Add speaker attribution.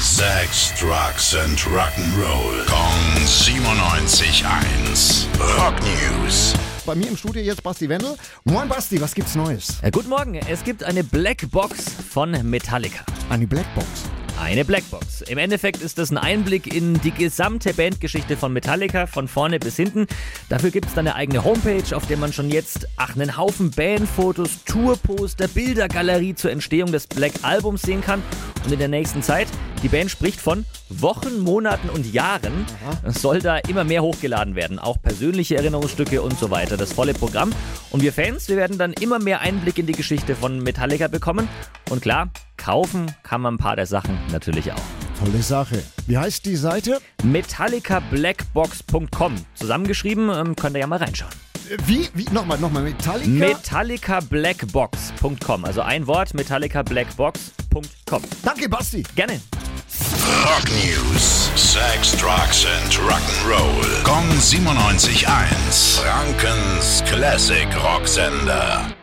Speaker 1: Sex, Drugs and Rock'n'Roll. Kong 97.1. Rock News.
Speaker 2: Bei mir im Studio jetzt Basti Wendel. Moin Basti, was gibt's Neues?
Speaker 3: Äh, Guten Morgen, es gibt eine Blackbox von Metallica.
Speaker 2: An die Blackbox.
Speaker 3: Eine Blackbox. Im Endeffekt ist das ein Einblick in die gesamte Bandgeschichte von Metallica, von vorne bis hinten. Dafür gibt es dann eine eigene Homepage, auf der man schon jetzt ach, einen Haufen Bandfotos, Tourposter, Bildergalerie zur Entstehung des Black Albums sehen kann. Und in der nächsten Zeit, die Band spricht von Wochen, Monaten und Jahren, soll da immer mehr hochgeladen werden. Auch persönliche Erinnerungsstücke und so weiter. Das volle Programm. Und wir Fans, wir werden dann immer mehr Einblick in die Geschichte von Metallica bekommen. Und klar, Kaufen kann man ein paar der Sachen natürlich auch.
Speaker 2: Tolle Sache. Wie heißt die Seite?
Speaker 3: MetallicaBlackbox.com zusammengeschrieben, ähm, könnt ihr ja mal reinschauen.
Speaker 2: Äh, Wie? Wie? Nochmal, nochmal. Metallica?
Speaker 3: MetallicaBlackbox.com, also ein Wort MetallicaBlackbox.com.
Speaker 2: Danke, Basti.
Speaker 3: Gerne.
Speaker 1: Rock News. Sex, Drugs and Rock'n'Roll. Kong 97.1. Frankens Classic Rocksender.